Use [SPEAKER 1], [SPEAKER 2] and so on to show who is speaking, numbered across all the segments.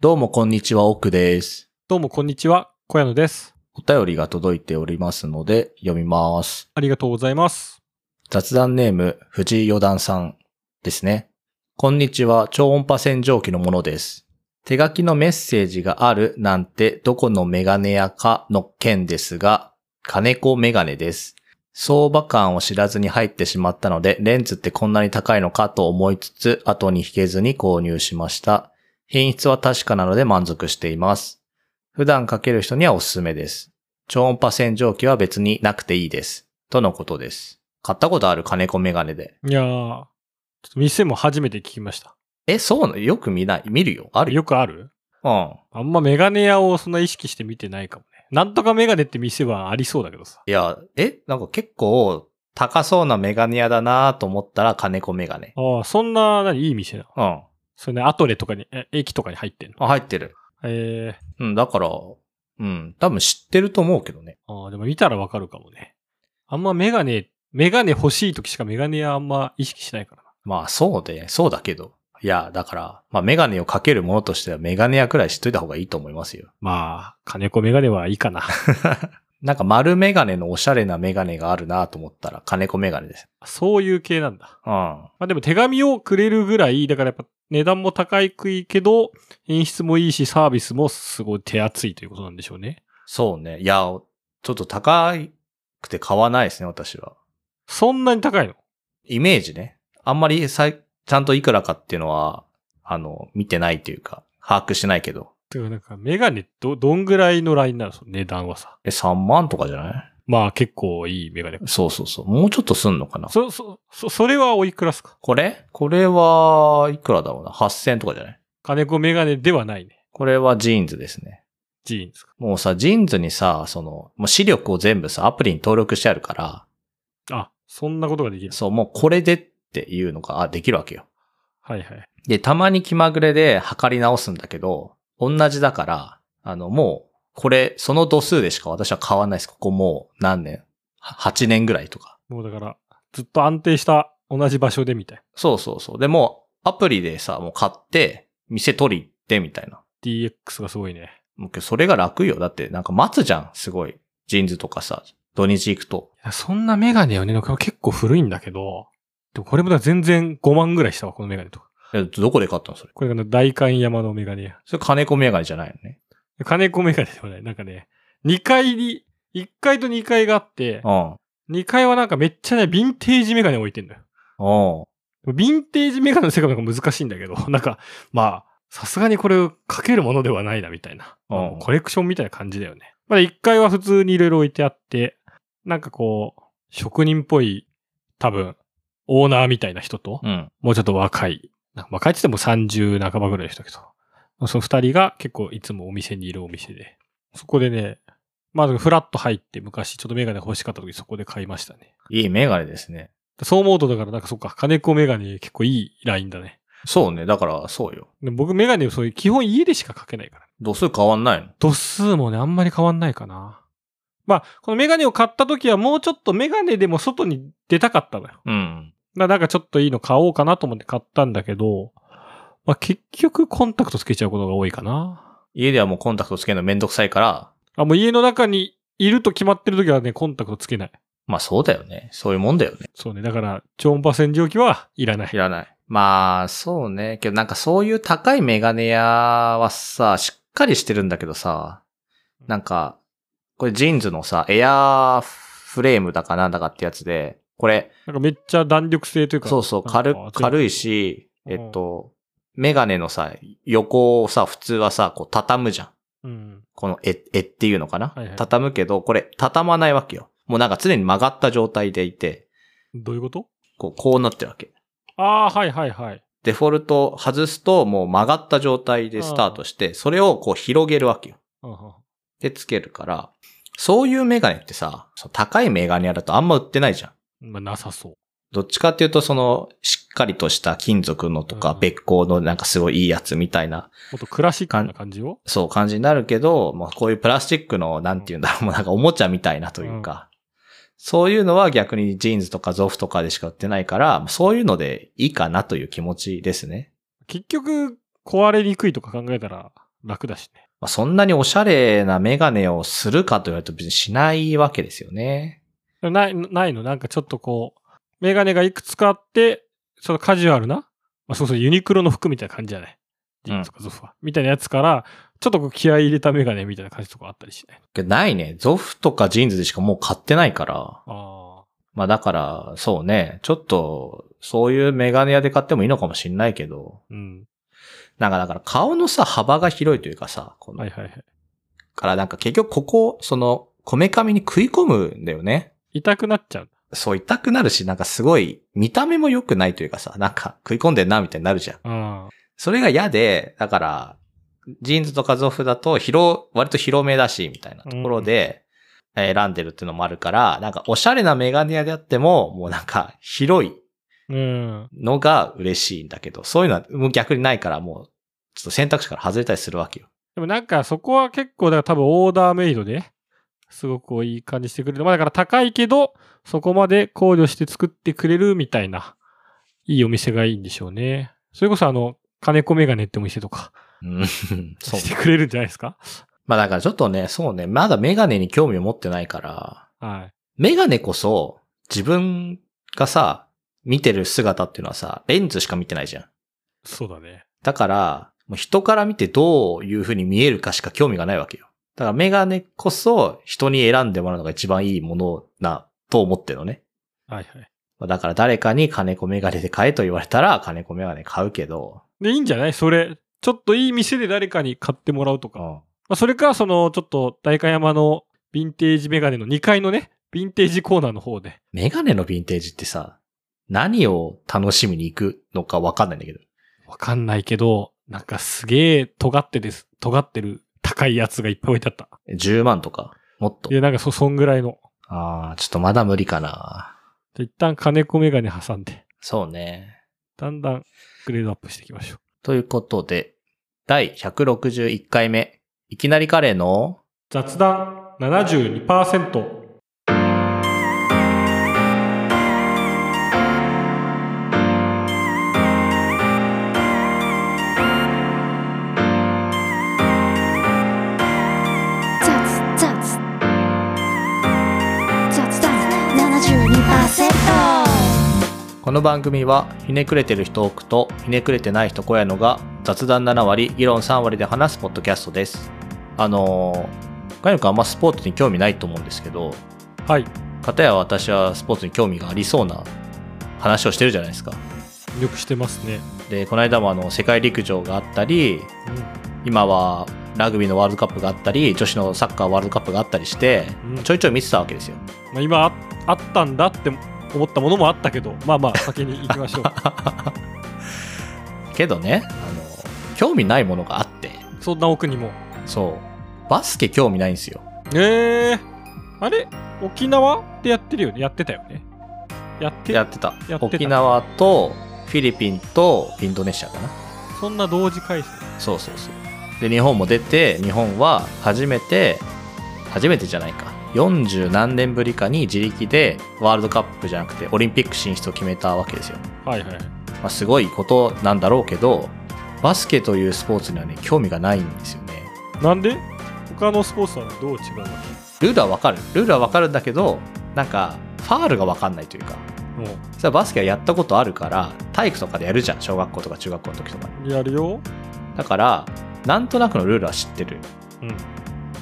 [SPEAKER 1] どうもこんにちは、奥です。
[SPEAKER 2] どうもこんにちは、小屋野です。
[SPEAKER 1] お便りが届いておりますので、読みます。
[SPEAKER 2] ありがとうございます。
[SPEAKER 1] 雑談ネーム、藤井四段さんですね。こんにちは、超音波洗浄機のものです。手書きのメッセージがあるなんて、どこのメガネ屋かの件ですが、金子メガネです。相場感を知らずに入ってしまったので、レンズってこんなに高いのかと思いつつ、後に引けずに購入しました。品質は確かなので満足しています。普段かける人にはおすすめです。超音波洗浄機は別になくていいです。とのことです。買ったことある金子メガネで。
[SPEAKER 2] いやー、ちょっと店も初めて聞きました。
[SPEAKER 1] え、そうなのよく見ない。見るよ。あるよ。
[SPEAKER 2] よくある
[SPEAKER 1] うん。
[SPEAKER 2] あんまメガネ屋をそんな意識して見てないかもね。なんとかメガネって店はありそうだけどさ。
[SPEAKER 1] いや、え、なんか結構高そうなメガネ屋だなと思ったら金子メガネ。
[SPEAKER 2] ああ、そんな、何、いい店なの
[SPEAKER 1] うん。あ、
[SPEAKER 2] それね、アトレとかに、え駅とかに入ってんの
[SPEAKER 1] 入ってる。
[SPEAKER 2] え
[SPEAKER 1] うん、だから、うん、多分知ってると思うけどね。
[SPEAKER 2] ー、ああ、でも見たらわかるかもね。あんまメガネ、メガネ欲しい時しかメガネ屋あんま意識しないからな。
[SPEAKER 1] まあそうで、そうだけど。いや、だから、まあメガネをかけるものとしてはメガネ屋くらい知っといた方がいいと思いますよ。
[SPEAKER 2] まあ、金子メガネはいいかな。
[SPEAKER 1] なんか丸メガネのおしゃれなメガネがあるなと思ったら金子メガネです。
[SPEAKER 2] そういう系なんだ。
[SPEAKER 1] うん。
[SPEAKER 2] まあでも手紙をくれるぐらい、だからやっぱ値段も高いけど、演出もいいし、サービスもすごい手厚いということなんでしょうね。
[SPEAKER 1] そうね。いや、ちょっと高くて買わないですね、私は。
[SPEAKER 2] そんなに高いの
[SPEAKER 1] イメージね。あんまりさい、ちゃんといくらかっていうのは、あの、見てないというか、把握しないけど。
[SPEAKER 2] てかなんかメガネど、どんぐらいのラインなのその値段はさ。
[SPEAKER 1] え、3万とかじゃない
[SPEAKER 2] まあ結構いいメガネ。
[SPEAKER 1] そうそうそう。もうちょっとすんのかな
[SPEAKER 2] そ、そ、そ、それはおいくらっすか
[SPEAKER 1] これこれは、いくらだろうな ?8000 とかじゃない
[SPEAKER 2] 金子メガネではないね。
[SPEAKER 1] これはジーンズですね。
[SPEAKER 2] ジーンズか。
[SPEAKER 1] もうさ、ジーンズにさ、その、もう視力を全部さ、アプリに登録してあるから、
[SPEAKER 2] あ、そんなことができる。
[SPEAKER 1] そう、もうこれでっていうのが、あ、できるわけよ。
[SPEAKER 2] はいはい。
[SPEAKER 1] で、たまに気まぐれで測り直すんだけど、同じだから、あの、もう、これ、その度数でしか私は変わんないです。ここもう何年は ?8 年ぐらいとか。
[SPEAKER 2] もうだから、ずっと安定した同じ場所でみたいな。
[SPEAKER 1] そうそうそう。でもう、アプリでさ、もう買って、店取り行ってみたいな。
[SPEAKER 2] DX がすごいね。
[SPEAKER 1] もうけどそれが楽よ。だって、なんか待つじゃん。すごい。ジーンズとかさ、土日行くと。
[SPEAKER 2] いやそんなメガネをね、なんか結構古いんだけど、でもこれもだ全然5万ぐらいしたわ、このメガネとか。
[SPEAKER 1] えどこで買ったのそれ。
[SPEAKER 2] これがね代官山のメガネや。
[SPEAKER 1] それ金子メガネじゃないのね。
[SPEAKER 2] 金子メガネでもない。なんかね、2階に、1階と2階があって、
[SPEAKER 1] うん。
[SPEAKER 2] 2階はなんかめっちゃね、ヴィンテージメガネ置いてんだよ。
[SPEAKER 1] うん。
[SPEAKER 2] でもヴィンテージメガネの世界なんか難しいんだけど、 なんか、まあ、さすがにこれをかけるものではないな、みたいな。
[SPEAKER 1] うん
[SPEAKER 2] もうコレクションみたいな感じだよね。まあ、1階は普通にいろいろ置いてあって、なんかこう、職人っぽい、多分、オーナーみたいな人と、
[SPEAKER 1] うん。
[SPEAKER 2] もうちょっと若い、な若いって言っても30半ばぐらいの人だけど、その二人が結構いつもお店にいるお店で、そこでね、まずフラッと入って昔ちょっとメガネ欲しかった時そこで買いましたね。
[SPEAKER 1] いいメガネですね。
[SPEAKER 2] そう思うとだからなんかそっか、金子メガネ結構いいラインだね。
[SPEAKER 1] そうね。だから、そうよ。
[SPEAKER 2] で僕メガネをそういう基本家でしかかけないから。
[SPEAKER 1] 度数変わんないの
[SPEAKER 2] 度数もね、あんまり変わんないかな。まあ、このメガネを買った時はもうちょっとメガネでも外に出たかったのよ。
[SPEAKER 1] うん。
[SPEAKER 2] まあなんかちょっといいの買おうかなと思って買ったんだけど、まあ結局コンタクトつけちゃうことが多いかな。
[SPEAKER 1] 家ではもうコンタクトつけるのめんどくさいから、
[SPEAKER 2] あ、もう家の中にいると決まってる時はね、コンタクトつけない。
[SPEAKER 1] まあそうだよね。そういうもんだよね。
[SPEAKER 2] そうね。だから、超音波洗浄機はいらない
[SPEAKER 1] い。らない。まあ、そうね。けどなんかそういう高いメガネ屋はさ、しっかりしてるんだけどさ、なんか、これジーンズのさ、エアーフレームだかなんだかってやつで、これ、
[SPEAKER 2] なんかめっちゃ弾力性というか。
[SPEAKER 1] そうそう、軽、軽い。し、
[SPEAKER 2] うん
[SPEAKER 1] えっと、メガネのさ、横をさ、普通はさ、こう畳むじゃん。
[SPEAKER 2] うん。
[SPEAKER 1] この絵、絵っていうのかな、
[SPEAKER 2] はいはい
[SPEAKER 1] 畳むけど、これ、畳まないわけよ。もうなんか常に曲がった状態でいて、
[SPEAKER 2] どういうこと
[SPEAKER 1] こう、こうなってるわけ。
[SPEAKER 2] ああ、はいはいはい。
[SPEAKER 1] デフォルト外すと、もう曲がった状態でスタートして、それをこう広げるわけよ。
[SPEAKER 2] うんうん
[SPEAKER 1] で、つけるから、そういうメガネってさ、その高いメガネ屋だとあんま売ってないじゃん。
[SPEAKER 2] まあ、なさそう。
[SPEAKER 1] どっちかっていうと、その、しっかりとした金属のとか
[SPEAKER 2] う、ん
[SPEAKER 1] 別光のなんかすごいいいやつみたいな、
[SPEAKER 2] もっとクラシックな感じを
[SPEAKER 1] そう感じになるけど、まあこういうプラスチックの、なんていうんだろう、もう なんかおもちゃみたいなというか、そういうのは逆にジーンズとかゾフとかでしか売ってないから、そういうのでいいかなという気持ちですね。
[SPEAKER 2] 結局、壊れにくいとか考えたら、楽だしね。
[SPEAKER 1] まあ、そんなにおしゃれなメガネをするかと言われると別にしないわけですよね。
[SPEAKER 2] でもない、ないのなんかちょっとこう、メガネがいくつかあって、そのカジュアルな、まあ、そうそう、ユニクロの服みたいな感じじゃないジーンズとかゾフは。みたいなやつから、ちょっとこう気合い入れたメガネみたいな感じとかあったりしない。
[SPEAKER 1] けどないね。ゾフとかジーンズでしかもう買ってないから。
[SPEAKER 2] あ
[SPEAKER 1] まあだから、そうね。ちょっと、そういうメガネ屋で買ってもいいのかもしんないけど。
[SPEAKER 2] あ。うん。
[SPEAKER 1] なんかだから顔のさ、幅が広いというかさ、この、
[SPEAKER 2] はいはいはい。
[SPEAKER 1] からなんか結局ここ、その、こめかみに食い込むんだよね。
[SPEAKER 2] 痛くなっちゃう。
[SPEAKER 1] そう痛くなるし、なんかすごい、見た目も良くないというかさ、なんか食い込んでんなみたいになるじゃん。
[SPEAKER 2] あ
[SPEAKER 1] それが嫌で、だから、ジーンズとかゾフだと広、割と広めだし、みたいなところで、えー選んでるっていうのもあるから、なんかおしゃれなメガネ屋であっても、もうなんか広い
[SPEAKER 2] あ。うん。
[SPEAKER 1] のが嬉しいんだけど、そういうのはもう逆にないから、もう、ちょっと選択肢から外れたりするわけよ。
[SPEAKER 2] でもなんかそこは結構、だから多分オーダーメイドですごくこういい感じしてくれる。まあだから高いけど、そこまで考慮して作ってくれるみたいな、いいお店がいいんでしょうね。それこそあの、金子メガネってお店とか、
[SPEAKER 1] うん、そう
[SPEAKER 2] してくれるんじゃないですか
[SPEAKER 1] まあだからちょっとね、そうね、まだメガネに興味を持ってないから、
[SPEAKER 2] はい。
[SPEAKER 1] メガネこそ自分がさ、見てる姿っていうのはさ、レンズしか見てないじゃん。
[SPEAKER 2] そうだね。
[SPEAKER 1] だから、もう人から見てどういう風に見えるかしか興味がないわけよ。だからメガネこそ人に選んでもらうのが一番いいものな、と思ってるのね。
[SPEAKER 2] はいはい。
[SPEAKER 1] まあだから誰かに金子メガネで買えと言われたら金子メガネ買うけど、
[SPEAKER 2] で、いいんじゃないそれ。ちょっといい店で誰かに買ってもらうと
[SPEAKER 1] う
[SPEAKER 2] か。ま
[SPEAKER 1] ん。
[SPEAKER 2] あ、それか、その、ちょっと、代官山のヴィンテージメガネの2階のね、ヴィンテージコーナーの方で。
[SPEAKER 1] メガネのヴィンテージってさ、何を楽しみに行くのかわかんないんだけど。
[SPEAKER 2] わかんないけど、なんかすげえ尖ってです。尖ってる高いやつがいっぱい置いてあった。
[SPEAKER 1] 10万とか、もっと
[SPEAKER 2] い。や、なんかそ、そんぐらいの。
[SPEAKER 1] ああ、ちょっとまだ無理かな。
[SPEAKER 2] じゃあ一旦金子メガネ挟んで、
[SPEAKER 1] そうね。
[SPEAKER 2] だんだんグレードアップしていきましょう。
[SPEAKER 1] ということで、第161回目、いきなりカレーの
[SPEAKER 2] 雑談72%。
[SPEAKER 3] 雑雑雑談72%
[SPEAKER 1] この番組はひねくれてる人多くとひねくれてない人小屋のが雑談7割議論3割で話すポッドキャストですあのーガイノ君あんまスポーツに興味ないと思うんですけど
[SPEAKER 2] はい。
[SPEAKER 1] 片や私はスポーツに興味がありそうな話をしてるじゃないですか
[SPEAKER 2] よくしてますね。
[SPEAKER 1] でこの間もあの世界陸上があったり今はラグビーのワールドカップがあったり女子のサッカーワールドカップがあったりして
[SPEAKER 2] うん。うん
[SPEAKER 1] ちょいちょい見てたわけですよ
[SPEAKER 2] まあ、今ああったんだって思ったものもあったけどまあまあ先に行きましょう
[SPEAKER 1] けどねあの興味ないものがあって
[SPEAKER 2] そんな奥にも
[SPEAKER 1] そうバスケ興味ないんですよ
[SPEAKER 2] ええあれ沖縄でやってるよねやってたよねやって
[SPEAKER 1] やってた
[SPEAKER 2] やってた
[SPEAKER 1] 沖縄とフィリピンとインドネシアかな
[SPEAKER 2] そんな同時開催
[SPEAKER 1] そうそうそうで日本も出て日本は初めて初めてじゃないか40何年ぶりかに自力でワールドカップじゃなくてオリンピック進出を決めたわけですよ、
[SPEAKER 2] はいはい
[SPEAKER 1] まあ、すごいことなんだろうけどバスケというスポーツにはね興味がないんですよね
[SPEAKER 2] なんで他のスポーツとはどう違うわ
[SPEAKER 1] ルールはわかるルールはわかるんだけどなんかファールがわかんないというか
[SPEAKER 2] けも
[SPEAKER 1] それはバスケはやったことあるから体育とかでやるじゃん小学校とか中学校の時とかに
[SPEAKER 2] うやるよ
[SPEAKER 1] だからなんとなくのルールは知ってる
[SPEAKER 2] うん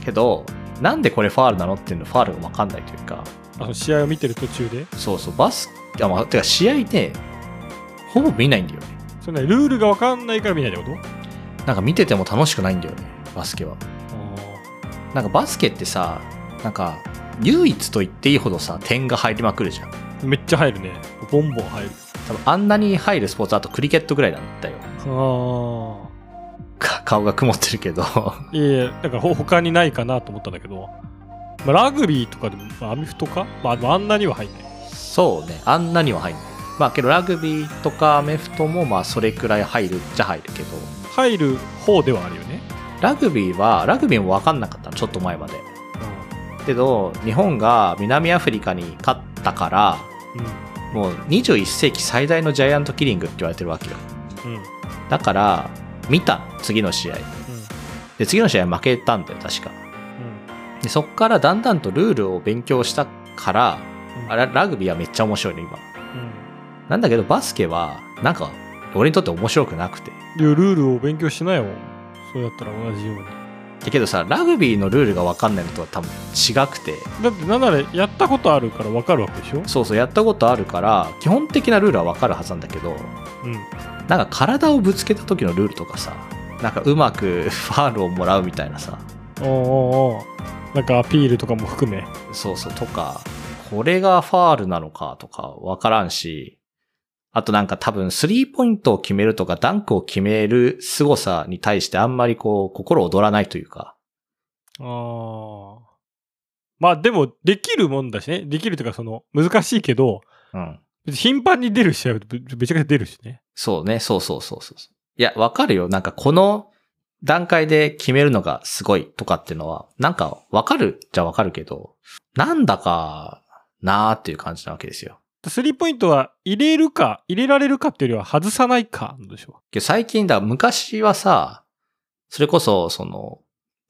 [SPEAKER 1] けどなんでこれファールなのっていうのファールが分かんないというか
[SPEAKER 2] あの試合を見てる途中で
[SPEAKER 1] そうそうバスあ、まあ、てか試合ねほぼ見ないんだよね
[SPEAKER 2] それねルールが分かんないから見ないってこと
[SPEAKER 1] なんか見てても楽しくないんだよねバスケはなんかバスケってさなんか唯一と言っていいほどさ点が入りまくるじゃん
[SPEAKER 2] めっちゃ入るねボンボン入る
[SPEAKER 1] 多分あんなに入るスポーツあとクリケットぐらいなんだよ
[SPEAKER 2] あ
[SPEAKER 1] か顔が曇ってるけど
[SPEAKER 2] いえいえ、だからほ他にないかなと思ったんだけど、まあ、ラグビーとかでも、まあ、アメフトか、まあ、でもあんなには入んない。
[SPEAKER 1] そうねあんなには入んないまあけどラグビーとかアメフトもまあそれくらい入るっちゃ入るけど
[SPEAKER 2] 入る方ではあるよね。
[SPEAKER 1] ラグビーはラグビーも分かんなかったのちょっと前までけど日本が南アフリカに勝ったから
[SPEAKER 2] う
[SPEAKER 1] もう21世紀最大のジャイアントキリングって言われてるわけよ
[SPEAKER 2] ん。うん。うん。
[SPEAKER 1] だから見た次の試合
[SPEAKER 2] うん
[SPEAKER 1] でで、次の試合負けたんだよ、確か。で、そっからだんだんとルールを勉強したから、あれ、ラグビーはめっちゃ面白いね、今。
[SPEAKER 2] うん
[SPEAKER 1] なんだけど、バスケは、なんか、俺にとって面白くなくて。
[SPEAKER 2] いやルールを勉強しないもん。そうやったら同じように。
[SPEAKER 1] だけどさ、ラグビーのルールが分かんないのとは多分違くて、
[SPEAKER 2] だって、なんならやったことあるから分かるわけでしょ
[SPEAKER 1] そうそう、やったことあるから、基本的なルールは分かるはずなんだけど、
[SPEAKER 2] うん。
[SPEAKER 1] なんか体をぶつけた時のルールとかさ、なんかうまくファールをもらうみたいなさ、
[SPEAKER 2] おうおうおうなんかアピールとかも含め。
[SPEAKER 1] そうそうとか、これがファールなのかとか分からんし、あとなんか多分スリーポイントを決めるとかダンクを決める凄さに対してあんまりこう心躍らないというか、
[SPEAKER 2] ああ。まあでも、できるもんだしね。できるというか、その、難しいけど、
[SPEAKER 1] うん。
[SPEAKER 2] 別に頻繁に出る試合はぶぶぶっちゃけ出るしね。
[SPEAKER 1] そうね、そうそうそうそうそう。いや、分かるよ。なんかこの段階で決めるのがすごいとかっていうのは、なんか分かるっちゃ分かるけど、なんだかなーっていう感じなわけですよ。
[SPEAKER 2] スリーポイントは入れるか、入れられるかっていうよりは外さないかなんでしょ
[SPEAKER 1] けど最近だ、昔はさ、それこそ、その、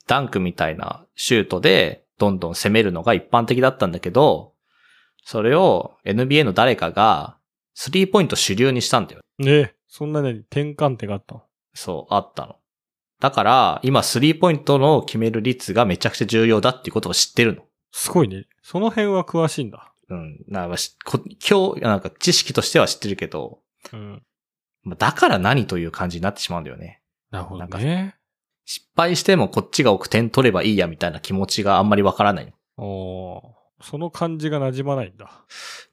[SPEAKER 1] ダンクみたいなシュートで、どんどん攻めるのが一般的だったんだけど、それを NBA の誰かが、スリーポイント主流にしたんだよ。
[SPEAKER 2] う。ねえ。そんなに転換点があったの。
[SPEAKER 1] そう、あったの。だから、今、スリーポイントの決める率がめちゃくちゃ重要だっていうことを知ってるの。
[SPEAKER 2] すごいね。その辺は詳しいんだ。
[SPEAKER 1] うん。なんかしこ今日、なんか知識としては知ってるけど、
[SPEAKER 2] うん。
[SPEAKER 1] まあだから何という感じになってしまうんだよね。
[SPEAKER 2] なるほど
[SPEAKER 1] なんか
[SPEAKER 2] ね。
[SPEAKER 1] 失敗してもこっちが億点取ればいいやみたいな気持ちがあんまりわからない。
[SPEAKER 2] おーその感じが馴染まないんだ。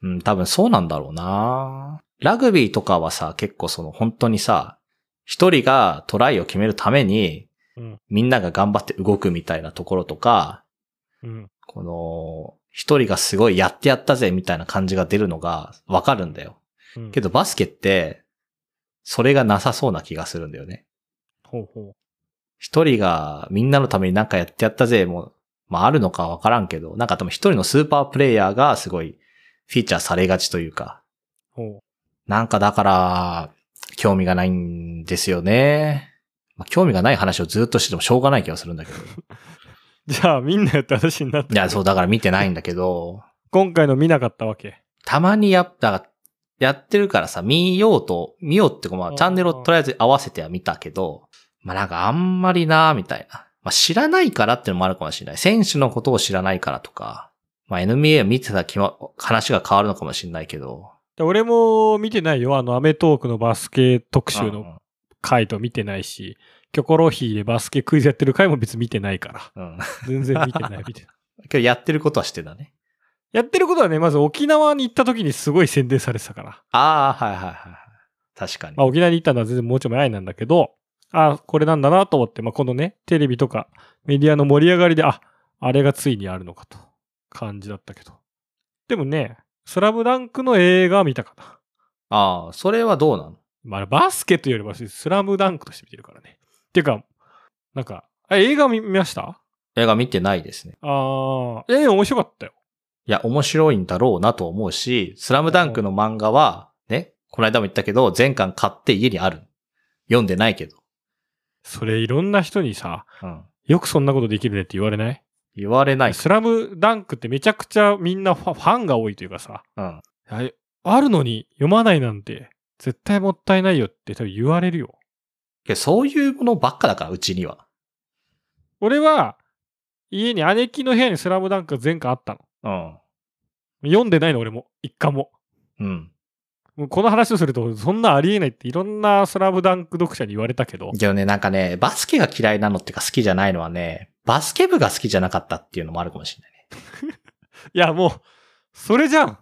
[SPEAKER 1] うん、多分そうなんだろうなラグビーとかはさ、結構その本当にさ、一人がトライを決めるために、
[SPEAKER 2] うん。
[SPEAKER 1] みんなが頑張って動くみたいなところとか、
[SPEAKER 2] うん。
[SPEAKER 1] この、一人がすごいやってやったぜみたいな感じが出るのがわかるんだよ。
[SPEAKER 2] うん
[SPEAKER 1] けど、バスケって、それがなさそうな気がするんだよね。
[SPEAKER 2] ほうほ
[SPEAKER 1] 一人がみんなのためになんかやってやったぜも、まああるのかわからんけど、なんかでも一人のスーパープレイヤーがすごいフィーチャーされがちというか、
[SPEAKER 2] う。ほう。
[SPEAKER 1] なんかだから、興味がないんですよね。まあ、興味がない話をずっとしててもしょうがない気がするんだけど。
[SPEAKER 2] じゃあ、みんなやった話になって
[SPEAKER 1] いや、そう、だから見てないんだけど、
[SPEAKER 2] 今回の見なかったわけ。
[SPEAKER 1] たまにやっぱ、やってるからさ、見ようと、見ようってこうま
[SPEAKER 2] う
[SPEAKER 1] あ、
[SPEAKER 2] ん
[SPEAKER 1] チャンネルをとりあえず合わせては見たけど、まあなんかあんまりなーみたいな。まあ知らないからっていうのもあるかもしれない。選手のことを知らないからとか、まあ NBA を見てたら気ま、話が変わるのかもしれないけど。
[SPEAKER 2] で俺も見てないよ。あの、アメトーークのバスケ特集
[SPEAKER 1] うんう
[SPEAKER 2] の
[SPEAKER 1] ん
[SPEAKER 2] 回と見てないし、キョコロヒーでバスケクイズやってる回も別に見てないか
[SPEAKER 1] う
[SPEAKER 2] ら。
[SPEAKER 1] ん。
[SPEAKER 2] 全然見てない、見てない。
[SPEAKER 1] けどやってることはしてたね。
[SPEAKER 2] やってることはね、まず沖縄に行った時にすごい宣伝されてたから。
[SPEAKER 1] ああ、はいはいはいはい。確かに。
[SPEAKER 2] まあ沖縄に行ったのは全然もうちょい前なんだけど、あこれなんだなと思って、まあこのね、テレビとかメディアの盛り上がりで、あ、あれがついにあるのかと、感じだったけど。でもね、スラムダンクの映画は見たかな。
[SPEAKER 1] ああ、それはどうなの
[SPEAKER 2] まあバスケというよりはスラムダンクとして見てるからね。っていうか、なんか、あ映画見見ました
[SPEAKER 1] 映画見てないですね。
[SPEAKER 2] あー、えー面白かったよ。
[SPEAKER 1] いや、面白いんだろうなと思うし、スラムダンクの漫画は、ね、この間も言ったけど、全巻買って家にある。読んでないけど。
[SPEAKER 2] それいろんな人にさ、
[SPEAKER 1] うん。
[SPEAKER 2] よくそんなことできるねって言われない
[SPEAKER 1] 言われない。
[SPEAKER 2] スラムダンクってめちゃくちゃみんなファファンが多いというかさ、
[SPEAKER 1] うん。
[SPEAKER 2] あれあるのに読まないなんて絶対もったいないよって多分言われるよ。
[SPEAKER 1] けどそういうものばっかだから、うちには。
[SPEAKER 2] 俺は家に姉貴の部屋にスラムダンクが前回あったの。
[SPEAKER 1] うん。
[SPEAKER 2] 読んでないの俺も、一巻も。
[SPEAKER 1] うん。
[SPEAKER 2] もうこの話をするとそんなありえないっていろんなスラムダンク読者に言われたけど、
[SPEAKER 1] けどね、なんかね、バスケが嫌いなのってか好きじゃないのはね、バスケ部が好きじゃなかったっていうのもあるかもしれないね。
[SPEAKER 2] いやもう、それじゃん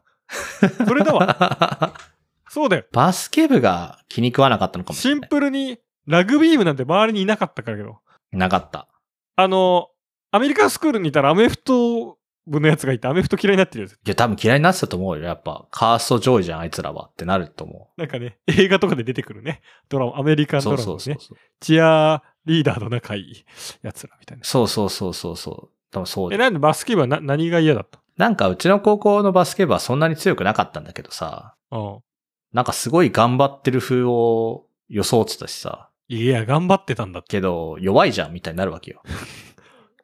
[SPEAKER 2] それだわ そうだよ
[SPEAKER 1] バスケ部が気に食わなかったのかもし
[SPEAKER 2] シ
[SPEAKER 1] れ
[SPEAKER 2] ン
[SPEAKER 1] ない。
[SPEAKER 2] プルにラグビー部なんて周りにいなかったからけど。
[SPEAKER 1] なかった。
[SPEAKER 2] あの、アメリカンスクールにいたらアメフト部のやつがいて、アメフト嫌いになってるやつ。
[SPEAKER 1] いや、多分嫌いになってたと思うよ。やっぱ、カースト上位じゃん、あいつらはってなると思
[SPEAKER 2] なんかね、映画とかで出てくるね。ドラマ、アメリカ
[SPEAKER 1] う。
[SPEAKER 2] ンド
[SPEAKER 1] そう
[SPEAKER 2] ラマ
[SPEAKER 1] そ
[SPEAKER 2] の
[SPEAKER 1] うそう
[SPEAKER 2] ね。
[SPEAKER 1] そう。
[SPEAKER 2] チアリーダーの仲いいやつらみたいな。
[SPEAKER 1] そうそうそうそうそう。多分そう
[SPEAKER 2] え、
[SPEAKER 1] で。
[SPEAKER 2] なんでバスケ部はな何が嫌だった
[SPEAKER 1] なんか、うちの高校のバスケ部はそんなに強くなかったんだけどさ、
[SPEAKER 2] うん。
[SPEAKER 1] なんかすごい頑張ってる風を装ってたしさ、
[SPEAKER 2] いや、頑張ってたんだって。
[SPEAKER 1] けど、弱いじゃんみたいになるわけよ。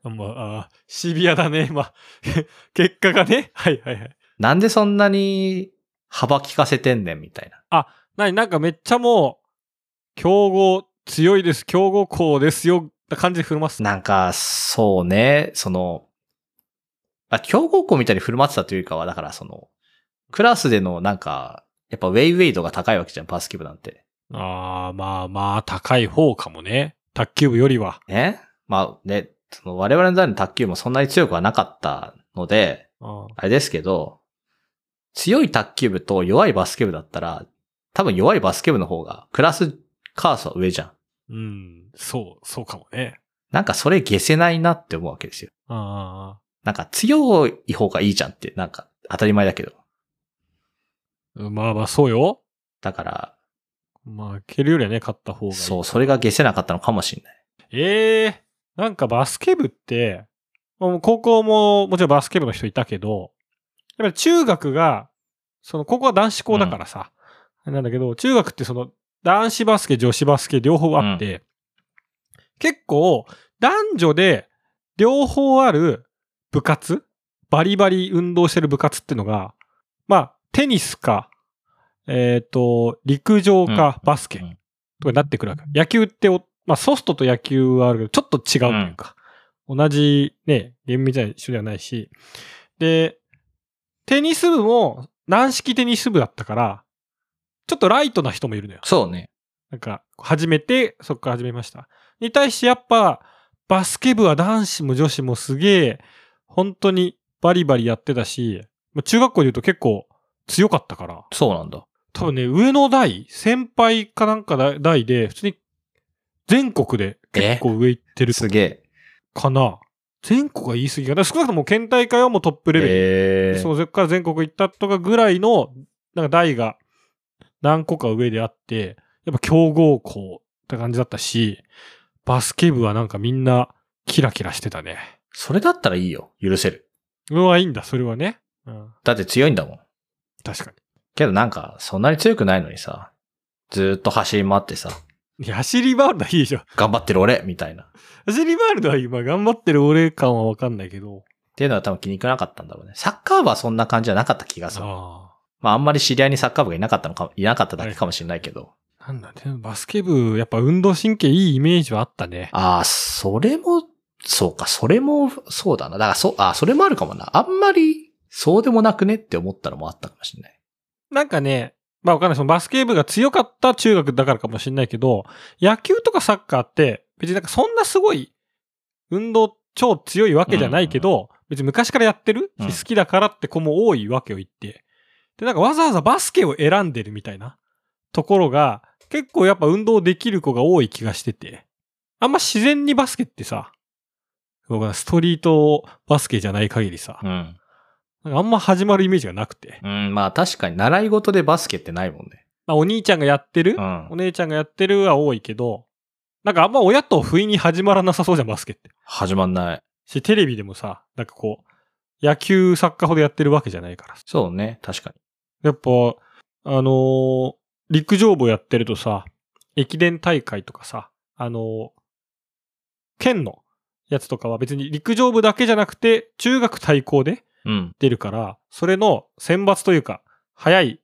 [SPEAKER 2] まあ、あーシビアだね。 まあ、結果がね。はいはいはい。
[SPEAKER 1] なんでそんなに幅利かせてんねんみたいな。
[SPEAKER 2] なになんかめっちゃもう、強豪強いです、強豪校ですよ、な感じで振る舞ってた。
[SPEAKER 1] なんか、そうね、その、あ、強豪校みたいに振る舞ってたというかは、だからその、クラスでのなんか、やっぱウェイウェイ度が高いわけじゃん、バスケ部なんて。
[SPEAKER 2] ああ、まあまあ、高い方かもね。卓球部よりは。
[SPEAKER 1] ねまあね、その我々の代の卓球もそんなに強くはなかったので、
[SPEAKER 2] あ
[SPEAKER 1] あれですけど、強い卓球部と弱いバスケ部だったら、多分弱いバスケ部の方が、クラスカースは上じゃん。
[SPEAKER 2] うん、そう、そうかもね。
[SPEAKER 1] なんかそれ消せないなって思うわけですよ。
[SPEAKER 2] ああ、
[SPEAKER 1] なんか強い方がいいじゃんって、なんか当たり前だけど。
[SPEAKER 2] まあまあ、そうよ。
[SPEAKER 1] だから、
[SPEAKER 2] まあ、蹴るよりはね、勝った方がいい。
[SPEAKER 1] そう、それが消せなかったのかもしれない。
[SPEAKER 2] ええなんかバスケ部って、もう高校ももちろんバスケ部の人いたけど、やっぱり中学が、その高校は男子校だからさ、あれなんだけど、中学ってその男子バスケ、女子バスケ両方あって、結構男女で両方ある部活、バリバリ運動してる部活ってのが、まあ、テニスか、えっ、と、陸上か、
[SPEAKER 1] うん
[SPEAKER 2] バスケ
[SPEAKER 1] うん
[SPEAKER 2] とかになってくるわけ。野球ってお、まあ、ソフトと野球はあるけど、ちょっと違うというか、同じね、厳密な一緒ではないし、で、テニス部も軟式テニス部だったから、ちょっとライトな人もいるのよ。
[SPEAKER 1] そうね。
[SPEAKER 2] なんか、始めて、そこから始めました。に対してやっぱ、バスケ部は男子も女子もすげえ、本当にバリバリやってたし、まあ中学校で言うと結構強かったから、
[SPEAKER 1] そうなんだ。
[SPEAKER 2] 多分ね、上の代、先輩かなんかだ代で、普通に全国で結構上行ってる
[SPEAKER 1] すげえ。
[SPEAKER 2] かな。全国は言い過ぎかな。少なくとも県大会はもうトップレベル。
[SPEAKER 1] えー
[SPEAKER 2] そう、それから全国行ったとかぐらいの、なんか代が何個か上であって、やっぱ強豪校って感じだったし、バスケ部はなんかみんなキラキラしてたね。
[SPEAKER 1] それだったらいいよ。許せる。
[SPEAKER 2] うわ、いいんだ、それはね。うん。
[SPEAKER 1] だって強いんだもん。
[SPEAKER 2] 確か
[SPEAKER 1] けどなんか、そんなに強くないのにさ、ずーっと走り回ってさ、
[SPEAKER 2] に。いや走り回るのはいいでしょ。
[SPEAKER 1] 頑張ってる俺みたいな。っ
[SPEAKER 2] 走り回るのは今頑張ってる俺感はわかんないけど。
[SPEAKER 1] ていうのは多分気に食わなかったんだろうね。サッカー部はそんな感じじゃなかった気がする。
[SPEAKER 2] あ
[SPEAKER 1] まああんまり知り合いにサッカー部がいなかったのか、いなかっただけかもしれないけど。
[SPEAKER 2] あ。なんだね。バスケ部、やっぱ運動神経いいイメージはあったね。
[SPEAKER 1] ああ、それも、そうか、それも、そうだな。だから、そ、ああ、それもあるかもな。あんまり、そうでもなくねって思ったのもあったかもしれない。
[SPEAKER 2] なんかね、まあわかんない。そのバスケ部が強かった中学だからかもしれないけど、野球とかサッカーって、別になんかそんなすごい、運動超強いわけじゃないけど、別に昔からやってる
[SPEAKER 1] うん
[SPEAKER 2] し好きだからって子も多いわけを言って。で、なんかわざわざバスケを選んでるみたいなところが、結構やっぱ運動できる子が多い気がしてて。あんま自然にバスケってさ、僕はストリートバスケじゃない限りさ、
[SPEAKER 1] うん。
[SPEAKER 2] なんかあんま始まるイメージがなくて。
[SPEAKER 1] うん、まあ確かに習い事でバスケってないもんね。
[SPEAKER 2] まあお兄ちゃんがやってる、
[SPEAKER 1] うん
[SPEAKER 2] お。姉ちゃんがやってるは多いけど、なんかあんま親と不意に始まらなさそうじゃん、バスケって。
[SPEAKER 1] 始まんない。
[SPEAKER 2] し、テレビでもさ、なんかこう、野球、サッカーほどやってるわけじゃないからさ。
[SPEAKER 1] そうね、確かに。
[SPEAKER 2] やっぱ、あのー陸上部やってるとさ、駅伝大会とかさ、あのー県のやつとかは別に陸上部だけじゃなくて、中学対抗で
[SPEAKER 1] うん。
[SPEAKER 2] 出るから、それの選抜というか、早い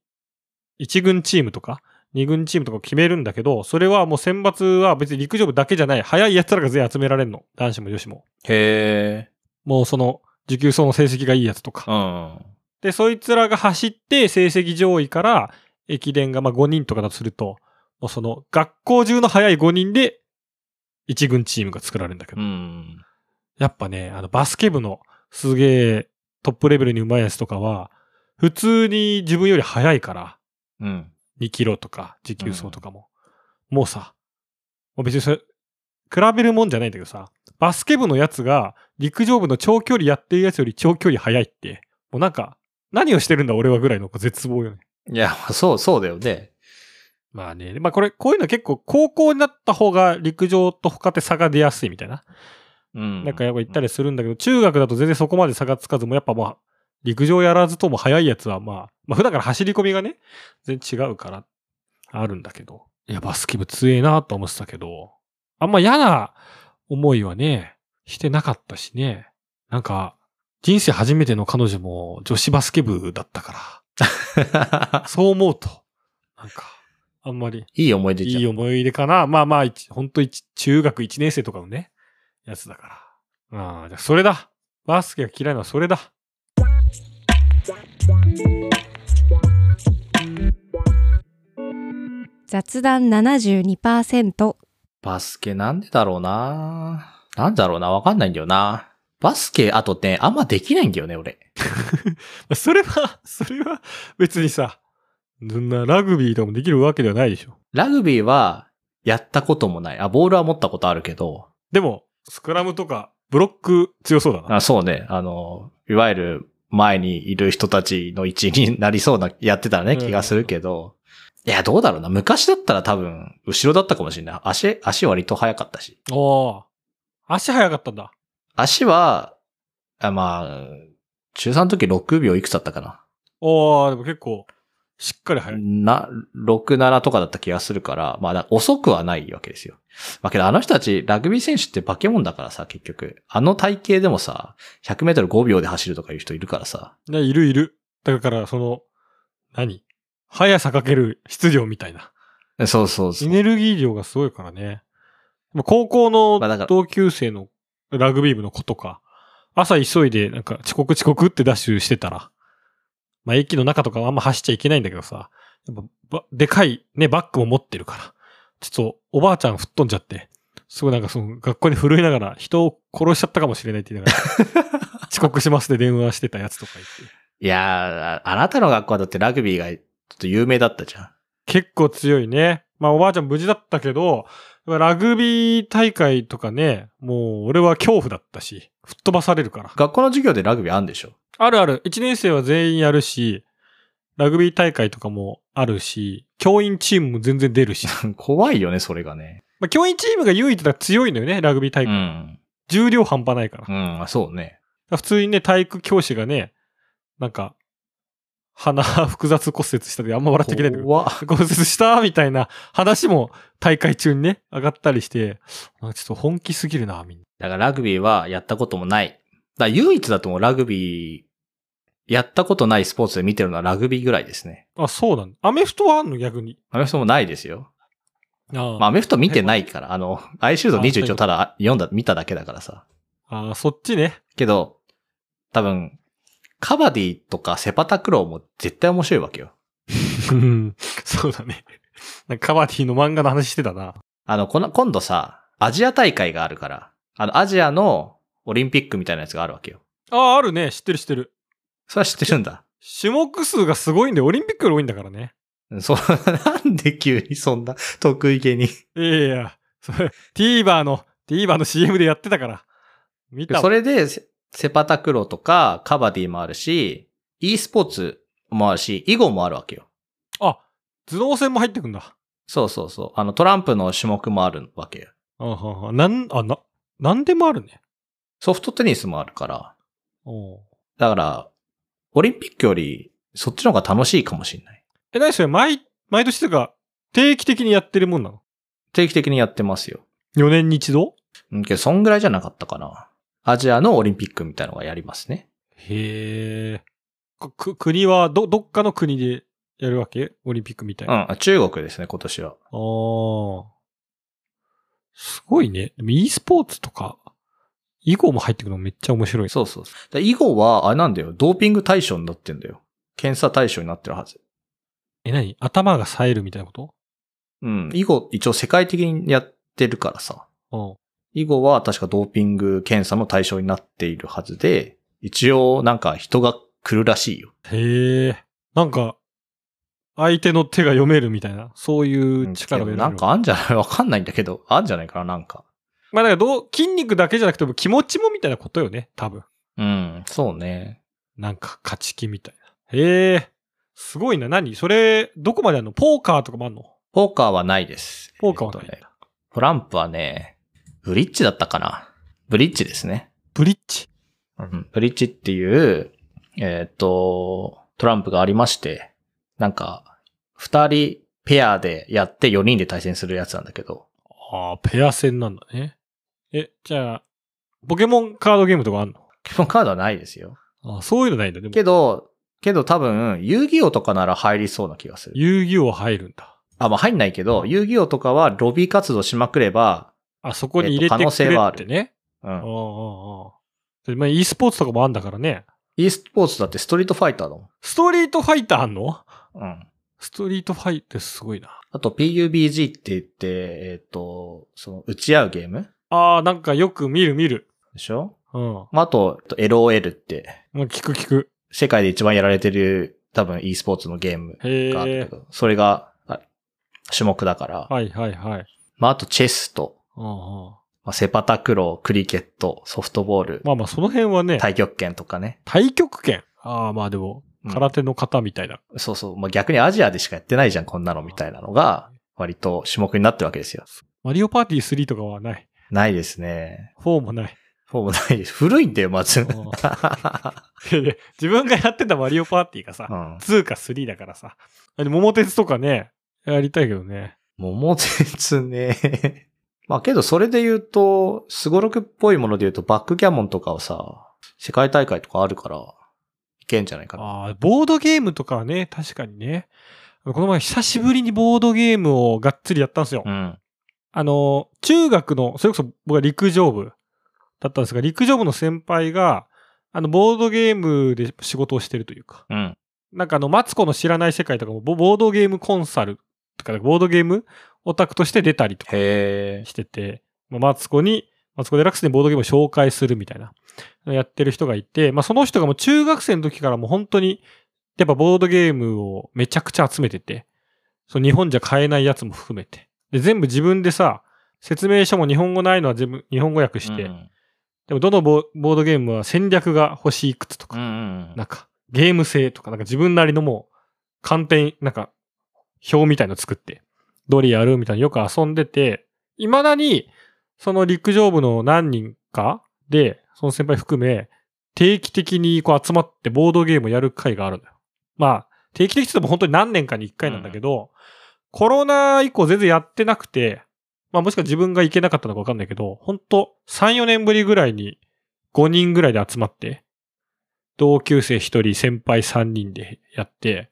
[SPEAKER 2] 1軍チームとか、2軍チームとかを決めるんだけど、それはもう選抜は別に陸上部だけじゃない、早い奴らが全員集められるの。男子も女子も。
[SPEAKER 1] へえ。
[SPEAKER 2] もうその、持久走の成績がいいやつと
[SPEAKER 1] う
[SPEAKER 2] か。
[SPEAKER 1] ん。
[SPEAKER 2] で、そいつらが走って、成績上位から、駅伝がまあ5人とかだとすると、もうその、学校中の早い5人で、1軍チームが作られるんだけど
[SPEAKER 1] う。ん。
[SPEAKER 2] やっぱね、あの、バスケ部のすげえトップレベルに上手いやつとかは、普通に自分より速いから、
[SPEAKER 1] うん。
[SPEAKER 2] 2キロとか、持久走とかも。もうさ、もう別にそれ、比べるもんじゃないんだけどさ、バスケ部のやつが、陸上部の長距離やってるやつより長距離速いって、もうなんか、何をしてるんだ俺はぐらいの絶望よね。
[SPEAKER 1] いや、そう、そうだよね。
[SPEAKER 2] まあね、まあこれ、こういうの結構高校になった方が陸上と他って差が出やすいみたいな。
[SPEAKER 1] うん。
[SPEAKER 2] なんかやっぱ行った
[SPEAKER 1] り。
[SPEAKER 2] りするんだけど、中学だと全然そこまで差がつかず、もうやっぱまあ、陸上やらずとも速いやつはまあ、まあ普段から走り込みがね、全然違うから、あるんだけど。いや、バスケ部強えなと思ってたけど、あんま嫌な思いはね、してなかったしね。なんか、人生初めての彼女も女子バスケ部だったから、そう思うと、なんか、あんまり
[SPEAKER 1] いい思い出じゃん。
[SPEAKER 2] いい思い出かな。まあまあ、一本当一中学1年生とかのね、やつだから。ああ、じゃあそれだ。バスケが嫌いなのはそれだ。
[SPEAKER 4] 雑談72%
[SPEAKER 1] バスケなんでだろうななんだろうなわかんないんだよな。バスケ、あとね、あんまできないんだよね、俺。
[SPEAKER 2] まあそれは、 それは別にさ、そんなラグビーとかもできるわけではないでしょ。
[SPEAKER 1] ラグビーは、やったこともない。あ、ボールは持ったことあるけど、
[SPEAKER 2] でも、スクラムとか、ブロック強そうだな。
[SPEAKER 1] あそうね、あの、いわゆる前にいる人たちの位置になりそうな、やってたらね、
[SPEAKER 2] うん
[SPEAKER 1] 気がするけど、いや、どうだろうな。昔だったら多分、後ろだったかもしれない。足、足割と速かったし。
[SPEAKER 2] おー足速かったんだ。
[SPEAKER 1] 足は、あまあ、中3の時6秒いくつだったかな。
[SPEAKER 2] おーでも結構、しっかり速い。
[SPEAKER 1] な、6、7とかだった気がするから、まあ、だ遅くはないわけですよ。まあ、けどあの人たち、ラグビー選手って化け物だからさ、結局。あの体型でもさ、100メートル5秒で走るとかいう人いるからさ。
[SPEAKER 2] ね、いるいる。だから、その、何速さかける質量みたいな。
[SPEAKER 1] そうそうそ
[SPEAKER 2] エ
[SPEAKER 1] う。
[SPEAKER 2] ネルギー量がすごいからね。まあ高校の
[SPEAKER 1] まあだから
[SPEAKER 2] 同級生のラグビー部の子とか、朝急いでなんか遅刻遅刻ってダッシュしてたら、まあ駅の中とかはあんま走っちゃいけないんだけどさ、やっぱばでかいね、バッグも持ってるから、ちょっとおばあちゃん吹っ飛んじゃって、すごいなんかその学校に震えながら人を殺しちゃったかもしれないって言いながら、 遅刻しますで電話してたやつとかいて、
[SPEAKER 1] いやー、ああなたの学校はだってラグビーがちょっと有名だったじゃん。
[SPEAKER 2] 結構強いね。まあおばあちゃん無事だったけど、やっぱラグビー大会とかね、もう俺は恐怖だったし、吹っ飛ばされるから。
[SPEAKER 1] 学校の授業でラグビーあんでしょ
[SPEAKER 2] あるある、1年生は全員やるし、ラグビー大会とかもあるし、教員チームも全然出 るし。
[SPEAKER 1] 怖いよね、それがね。
[SPEAKER 2] まあ教員チームが唯一だから強いのよね、ラグビー大
[SPEAKER 1] う
[SPEAKER 2] 会。
[SPEAKER 1] ん。
[SPEAKER 2] 重量半端ないから。だか
[SPEAKER 1] うん、そうね。
[SPEAKER 2] ら普通にね、体育教師がね、なんか、鼻 複雑骨折したであんま笑っちゃいけないんだけど。
[SPEAKER 1] 怖っ
[SPEAKER 2] 骨折したみたいな話も大会中にね、上がったりして、なんかちょっと本気すぎるな、みんな。
[SPEAKER 1] だからラグビーはやったこともない。だから唯一だともうラグビー、やったことないスポーツで見てるのはラグビーぐらいですね。
[SPEAKER 2] あ、そうなんだ。アメフトはあんの逆に。
[SPEAKER 1] アメフトもないですよ。
[SPEAKER 2] あ
[SPEAKER 1] まあ、アメフト見てないから、あの、アイシールド
[SPEAKER 2] あそういう
[SPEAKER 1] 21を
[SPEAKER 2] こと
[SPEAKER 1] ただ読んだ、見ただけだからさ。
[SPEAKER 2] あー、そっちね。
[SPEAKER 1] けど、多分、カバディとかセパタクローも絶対面白いわけよ。
[SPEAKER 2] うんそうだね。なんかカバディの漫画の話してたな。
[SPEAKER 1] あの、この、今度さ、アジア大会があるから、あの、アジアのオリンピックみたいなやつがあるわけよ。
[SPEAKER 2] ああ、あるね。知ってる知ってる。
[SPEAKER 1] それは知ってるんだ。
[SPEAKER 2] 種目数がすごいんで、オリンピックより多いんだからね。
[SPEAKER 1] うんそう、なんで急にそんな得意げに。
[SPEAKER 2] いやいやいや、それ、TVer の、TVer の CM でやってたから。見たわ
[SPEAKER 1] それで、セセパタクローとか、カバディもあるし、e スポーツもあるし、囲碁もあるわけよ。
[SPEAKER 2] あ、頭脳戦も入ってくんだ。
[SPEAKER 1] そうそうそう。あの、トランプの種目もあるわけよ。
[SPEAKER 2] あはんはんなん、あ、な、なんでもあるね。
[SPEAKER 1] ソフトテニスもあるから。
[SPEAKER 2] おう
[SPEAKER 1] だから、オリンピックより、そっちの方が楽しいかもしれない。
[SPEAKER 2] え、何それ毎、毎年というか、定期的にやってるもんなの
[SPEAKER 1] 定期的にやってますよ。
[SPEAKER 2] ?4 年に一度
[SPEAKER 1] うん、けど、そんぐらいじゃなかったかな。アジアのオリンピックみたいなのがやりますね。
[SPEAKER 2] へえ。こく、国は、ど、どっかの国でやるわけオリンピックみたいうな。あ
[SPEAKER 1] ん、中国ですね、今年は。
[SPEAKER 2] あー。すごいね。でも e スポーツとか、囲碁も入ってくるのめっちゃ面白い。
[SPEAKER 1] そうそうそう。で囲碁は、あれなんだよ、ドーピング対象になってんだよ。検査対象になってるはず。
[SPEAKER 2] え、何頭が冴えるみたいなこと
[SPEAKER 1] うん、囲碁一応世界的にやってるからさ。
[SPEAKER 2] うん。
[SPEAKER 1] 囲碁は確かドーピング検査の対象になっているはずで、一応なんか人が来るらしいよ。
[SPEAKER 2] へえ。なんか、相手の手が読めるみたいな、そういう力
[SPEAKER 1] う
[SPEAKER 2] で
[SPEAKER 1] んなんかあんじゃない わかんないんだけど、あんじゃないかな、なんか。
[SPEAKER 2] まあだからどう、筋肉だけじゃなくても気持ちもみたいなことよね、多分。
[SPEAKER 1] うん、そうね。
[SPEAKER 2] なんか勝ち気みたいな。へえ、すごいな。何それ、どこまであるのポーカーとかもあるの
[SPEAKER 1] ポーカーはないです。
[SPEAKER 2] ポーカーはない
[SPEAKER 1] えっとねトランプはね、ブリッジだったかな。ブリッジですね。
[SPEAKER 2] ブリッジ。
[SPEAKER 1] うんブリッジっていう、えーっと、トランプがありまして、なんか、二人ペアでやって4人で対戦するやつなんだけど、
[SPEAKER 2] ああ、ペア戦なんだね。え、じゃあ、ポケモンカードゲームとかあんの
[SPEAKER 1] ポケモンカードはないですよ。
[SPEAKER 2] あーそういうのないんだ。でも、
[SPEAKER 1] けど、けど多分、遊戯王とかなら入りそうな気がする。
[SPEAKER 2] 遊戯王入るんだ。
[SPEAKER 1] あ、まあ入んないけど、遊戯王とかはロビー活動しまくれば、
[SPEAKER 2] あ、そこに入れてくれって
[SPEAKER 1] えっと可能性はあ
[SPEAKER 2] ね。
[SPEAKER 1] う
[SPEAKER 2] ああ、あ
[SPEAKER 1] ん。
[SPEAKER 2] あ、ああ。でまあ、e スポーツとかもあんだからね。
[SPEAKER 1] e スポーツだってストリートファイターだも
[SPEAKER 2] ストリートファイターあんの
[SPEAKER 1] ん。うん。
[SPEAKER 2] ストリートファイターすごいな。
[SPEAKER 1] あと PUBG って言って、えっ、と、その、打ち合うゲーム
[SPEAKER 2] ああ、なんかよく見る見る。
[SPEAKER 1] でしょ
[SPEAKER 2] うん。
[SPEAKER 1] まあ、あと、えっと LOL って、
[SPEAKER 2] まあ聞く聞く。
[SPEAKER 1] 世界で一番やられてる、多分 e スポーツのゲーム
[SPEAKER 2] へ
[SPEAKER 1] がある
[SPEAKER 2] え
[SPEAKER 1] け。ど、それが、あ種目だから。
[SPEAKER 2] はいはいはい。
[SPEAKER 1] まあ、あとチェスと、
[SPEAKER 2] うんうん
[SPEAKER 1] まあ、セパタクロー、クリケット、ソフトボール、
[SPEAKER 2] まあまあ、その辺はね、
[SPEAKER 1] 太極拳とかね。
[SPEAKER 2] 太極拳。ああ、まあでも、
[SPEAKER 1] うん
[SPEAKER 2] 空手の方みたいな。
[SPEAKER 1] そうそう。まあ、逆にアジアでしかやってないじゃん、こんなのみたいなのが、割と種目になってるわけですよ。
[SPEAKER 2] マリオパーティー3とかはない。
[SPEAKER 1] ないですね。
[SPEAKER 2] 4もない。
[SPEAKER 1] フォームないです。古いんだよ、まず。
[SPEAKER 2] うんいやいや自分がやってたマリオパーティー が
[SPEAKER 1] う
[SPEAKER 2] さ、
[SPEAKER 1] ん。
[SPEAKER 2] 2か3だからさ。で桃鉄とかね、やりたいけどね。
[SPEAKER 1] 桃鉄ね。 まあけど、それで言うと、スゴロクっぽいもので言うと、バックキャモンとかはさ、世界大会とかあるから、いけんじゃないかな。
[SPEAKER 2] ああ、ボードゲームとかはね、確かにね。この前久しぶりにボードゲームをがっつりやったんですよ。
[SPEAKER 1] うん。
[SPEAKER 2] あの、中学の、それこそ僕は陸上部だったんですが、陸上部の先輩が、あの、ボードゲームで仕事をしてるというか、
[SPEAKER 1] うん。
[SPEAKER 2] なんかあの、マツコの知らない世界とかも、ボボードゲームコンサルとか、ボードゲームオタクとして出たりとか
[SPEAKER 1] へえ。
[SPEAKER 2] してて、まあ、マツコに、マツコデラックスにボードゲームを紹介するみたいな、やってる人がいて、まあ、その人がもう中学生の時からもう本当に、やっぱボードゲームをめちゃくちゃ集めてて、その日本じゃ買えないやつも含めて。で、全部自分でさ、説明書も日本語ないのは全部日本語訳して、
[SPEAKER 1] うん
[SPEAKER 2] でもどのボボードゲームは戦略が星いくつと
[SPEAKER 1] う
[SPEAKER 2] か、
[SPEAKER 1] んうん
[SPEAKER 2] なんかゲーム性とか、なんか自分なりのもう、観点、なんか、表みたいの作って、どれやるみたいなのよく遊んでて、未だに、その陸上部の何人かで、その先輩含め、定期的にこう集まってボードゲームやる会があるんだよ。まあ、定期的って言っても本当に何年かに1回なんだけど、コロナ以降全然やってなくて、まあもしか自分が行けなかったのかわかんないけど、本当3、4年ぶりぐらいに5人ぐらいで集まって、同級生1人、先輩3人でやって、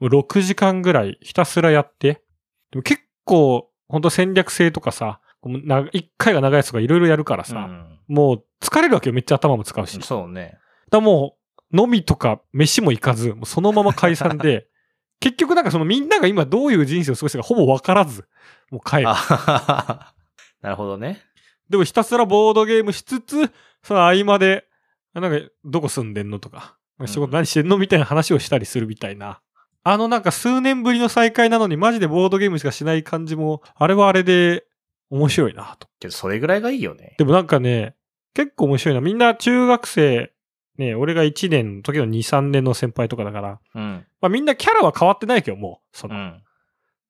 [SPEAKER 2] もう6時間ぐらいひたすらやって、でも結構、本当戦略性とかさ、1回が長いやつとかいろいろやるから
[SPEAKER 1] う
[SPEAKER 2] さ、
[SPEAKER 1] ん
[SPEAKER 2] もう疲れるわけよ。めっちゃ頭も使うし。
[SPEAKER 1] そうね。
[SPEAKER 2] だからもう、飲みとか飯も行かず、もうそのまま解散 で、結局なんかそのみんなが今どういう人生を過ごしてるかほぼわからず、もう帰る
[SPEAKER 1] あ。はははなるほどね。
[SPEAKER 2] でもひたすらボードゲームしつつ、その合間で、なんかどこ住んでんのとか、なんか仕事何してんのみたいな話をしたりするみたいな。あのなんか数年ぶりの再会なのにマジでボードゲームしかしない感じも、あれはあれで面白いなと。
[SPEAKER 1] けど、それぐらいがいいよね。
[SPEAKER 2] でもなんかね、結構面白いな。みんな中学生、ね、俺が1年の時の2、3年の先輩とかだから、
[SPEAKER 1] うん。
[SPEAKER 2] まあみんなキャラは変わってないけど、もう、そうの、
[SPEAKER 1] ん。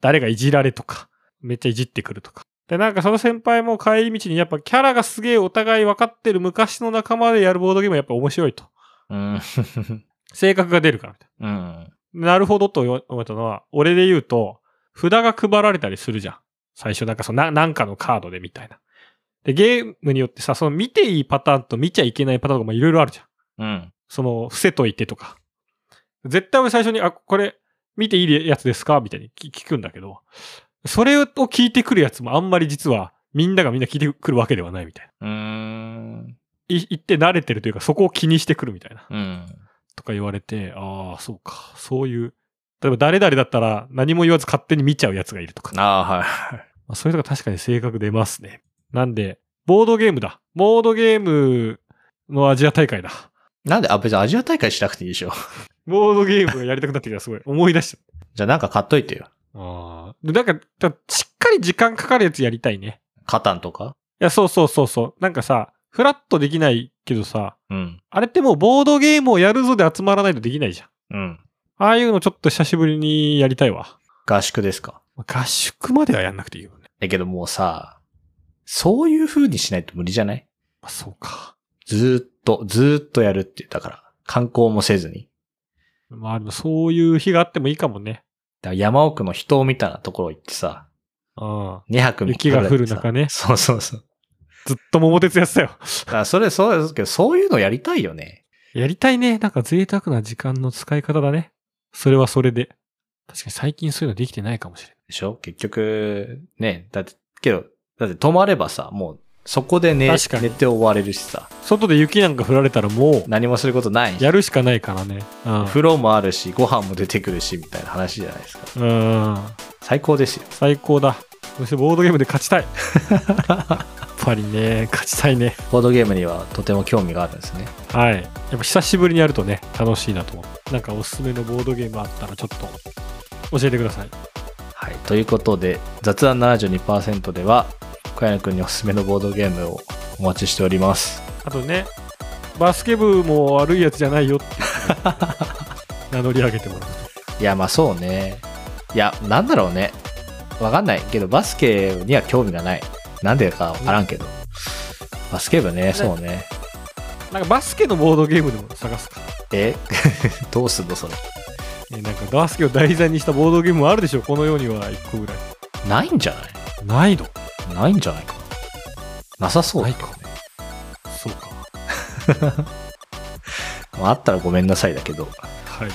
[SPEAKER 2] 誰がいじられとか、めっちゃいじってくるとか。で、なんかその先輩も帰り道にやっぱキャラがすげえお互い分かってる昔の仲間でやるボードゲームはやっぱ面白いと。
[SPEAKER 1] うん。
[SPEAKER 2] 性格が出るからみたい
[SPEAKER 1] うん。
[SPEAKER 2] な。なるほどと思ったのは、俺で言うと、札が配られたりするじゃん。最初なんかそのな、なんかのカードでみたいな。で、ゲームによってさ、その見ていいパターンと見ちゃいけないパターンとかもいろいろあるじゃん。
[SPEAKER 1] うん。
[SPEAKER 2] その、伏せといてとか。絶対俺最初に、あ、これ、見ていいやつですかみたいに聞聞くんだけど、それを聞いてくるやつもあんまり実は、みんながみんな聞いてくるわけではないみたいな。
[SPEAKER 1] うーん。
[SPEAKER 2] い言って慣れてるというか、そこを気にしてくるみたいな。
[SPEAKER 1] うん。
[SPEAKER 2] とか言われて、ああ、そうか。そういう。例えば誰々だったら何も言わず勝手に見ちゃうやつがいるとか。
[SPEAKER 1] ああ、はい。
[SPEAKER 2] まあ、そういうのが確かに性格出ますね。なんで、ボードゲームだ。ボードゲームのアジア大会だ。
[SPEAKER 1] なんで、あ、別にアジア大会しなくていいでしょ。
[SPEAKER 2] ボードゲームがやりたくなってきたすごい。思い出した。
[SPEAKER 1] じゃあなんか買っといてよ。
[SPEAKER 2] ああ。でなんか、だしっかり時間かかるやつやりたいね。
[SPEAKER 1] カタンとか
[SPEAKER 2] いや、そうそうそうそう。なんかさ、フラッとできないけどさ、
[SPEAKER 1] うん。
[SPEAKER 2] あれってもうボードゲームをやるぞで集まらないとできないじゃん。
[SPEAKER 1] うん。
[SPEAKER 2] ああいうのちょっと久しぶりにやりたいわ。
[SPEAKER 1] 合宿ですか。
[SPEAKER 2] まあ合宿まではやんなくていいよね。
[SPEAKER 1] だけどもうさ、そういう風にしないと無理じゃない
[SPEAKER 2] まあ、そうか。
[SPEAKER 1] ずーっと、ずーっとやるって言ったから。観光もせずに。
[SPEAKER 2] まあでもそういう日があってもいいかもね。
[SPEAKER 1] から山奥の人みたいなところ行ってさ、
[SPEAKER 2] ああ。
[SPEAKER 1] 2泊3日
[SPEAKER 2] 雪が降る中ね
[SPEAKER 1] ぐらいでさそうそうそう。
[SPEAKER 2] ずっと桃鉄やってたよ。
[SPEAKER 1] だからそれ、そうですけど、そういうのやりたいよね。
[SPEAKER 2] やりたいね。なんか贅沢な時間の使い方だね。それはそれで。確かに最近そういうのできてないかもしれない。
[SPEAKER 1] でしょ結局、ね、だって、けど、だって泊まればさ、もう、そこで寝、
[SPEAKER 2] 確かに
[SPEAKER 1] 寝て終われるしさ、
[SPEAKER 2] 外で雪なんか降られたらも、
[SPEAKER 1] 何もすることないうし
[SPEAKER 2] やるしかないからね。うん。
[SPEAKER 1] 風呂もあるし、ご飯も出てくるし、みたいな話じゃないですか。
[SPEAKER 2] うん。
[SPEAKER 1] 最高ですよ。
[SPEAKER 2] 最高だ。そしてボードゲームで勝ち たい。やっぱりね、勝ちたいね。
[SPEAKER 1] ボードゲームにはとても興味があるんですね。
[SPEAKER 2] はい。やっぱ久しぶりにやるとね、楽しいなと思う。なんかおすすめのボードゲームあったらちょっと教えてください。
[SPEAKER 1] はい。ということで、雑談72%では、小柳くんにおすすめのボードゲームをお待ちしております。
[SPEAKER 2] あとね、バスケ部も悪いやつじゃないよって言って 名乗り上げてもらう。
[SPEAKER 1] いや、まあそうね。いや、なんだろうね。わかんないけど、バスケには興味がない。なんでかわからんけど。バスケ部ね、そうね。
[SPEAKER 2] なんかバスケのボードゲームでも探すか。
[SPEAKER 1] え どうすんのそれ。
[SPEAKER 2] えなんかバスケを題材にしたボードゲームもあるでしょ、この世には1個ぐらい。
[SPEAKER 1] ないんじゃな
[SPEAKER 2] ないの
[SPEAKER 1] いないんじゃないかな。なさそうだけどね。
[SPEAKER 2] そうか。
[SPEAKER 1] まああったらごめんなさいだけど。
[SPEAKER 2] はい。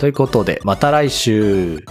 [SPEAKER 1] ということで、また来週。